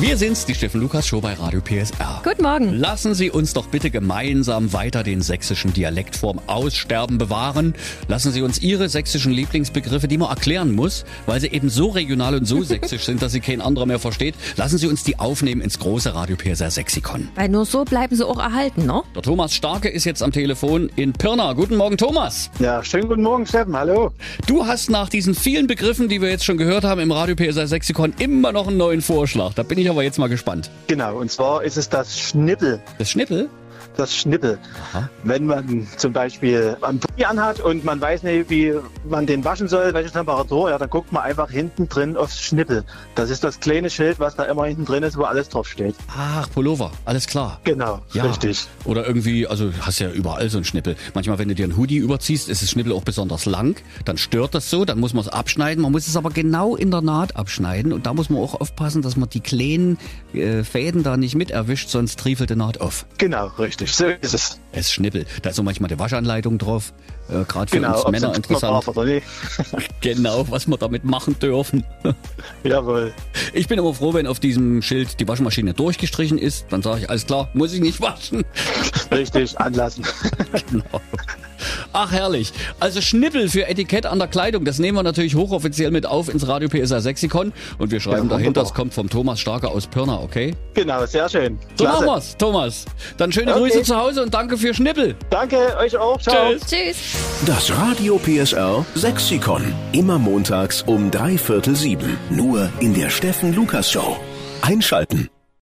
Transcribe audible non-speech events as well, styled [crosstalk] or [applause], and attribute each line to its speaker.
Speaker 1: Wir sind's, die Steffen Lukas Show bei Radio PSR.
Speaker 2: Guten Morgen.
Speaker 1: Lassen Sie uns doch bitte gemeinsam weiter den sächsischen Dialekt vorm Aussterben bewahren. Lassen Sie uns Ihre sächsischen Lieblingsbegriffe, die man erklären muss, weil sie eben so regional und so sächsisch sind, dass sie kein anderer mehr versteht, lassen Sie uns die aufnehmen ins große Radio PSR Sexikon.
Speaker 2: Weil nur so bleiben sie auch erhalten, ne?
Speaker 1: Der Thomas Starke ist jetzt am Telefon in Pirna. Guten Morgen, Thomas.
Speaker 3: Ja, schönen guten Morgen, Steffen. Hallo.
Speaker 1: Du hast nach diesen vielen Begriffen, die wir jetzt schon gehört haben im Radio PSR Sexikon, immer noch einen neuen Vorschlag. Da bin ich aber jetzt mal gespannt.
Speaker 3: Genau, und zwar ist es das Schnippel.
Speaker 1: Das Schnippel?
Speaker 3: Das Schnippel. Wenn man zum Beispiel einen Pulli anhat und man weiß nicht, wie man den waschen soll, welche Temperatur, ja, dann guckt man einfach hinten drin aufs Schnippel. Das ist das kleine Schild, was da immer hinten drin ist, wo alles draufsteht.
Speaker 1: Ach, Pullover. Alles klar.
Speaker 3: Genau, richtig.
Speaker 1: Oder irgendwie, also hast ja überall so einen Schnippel. Manchmal, wenn du dir einen Hoodie überziehst, ist das Schnippel auch besonders lang. Dann stört das so, dann muss man es abschneiden. Man muss es aber genau in der Naht abschneiden. Und da muss man auch aufpassen, dass man die kleinen äh, Fäden da nicht mit erwischt, sonst triefelt die Naht auf.
Speaker 3: Genau, richtig. So ist es.
Speaker 1: Es Schnippel. Da ist so manchmal die Waschanleitung drauf. Äh, Gerade für
Speaker 3: Genau,
Speaker 1: uns
Speaker 3: ob's
Speaker 1: Männer
Speaker 3: jetzt noch
Speaker 1: interessant.
Speaker 3: darf oder nicht. [laughs]
Speaker 1: Genau, was wir damit machen dürfen. [laughs]
Speaker 3: Jawohl.
Speaker 1: Ich bin immer froh, wenn auf diesem Schild die Waschmaschine durchgestrichen ist. Dann sage ich, alles klar, muss ich nicht waschen.
Speaker 3: Richtig, anlassen. [laughs]
Speaker 1: Genau. Ach, herrlich. Also Schnippel für Etikett an der Kleidung, das nehmen wir natürlich hochoffiziell mit auf ins Radio PSR Sexikon. Und wir schreiben
Speaker 3: Ja,
Speaker 1: dahinter,
Speaker 3: wunderbar.
Speaker 1: das kommt vom Thomas Starke aus Pirna, okay?
Speaker 3: genau, sehr schön.
Speaker 1: So
Speaker 3: Klasse.
Speaker 1: machen wir's, Thomas. Dann schöne
Speaker 3: Okay.
Speaker 1: Grüße zu Hause und danke für Schnippel.
Speaker 3: Danke, euch auch. Ciao.
Speaker 1: Tschüss.
Speaker 2: Tschüss.
Speaker 4: Das Radio PSR Sexikon. Immer montags um drei Viertel sieben. Nur in der Steffen Lukas Show. Einschalten.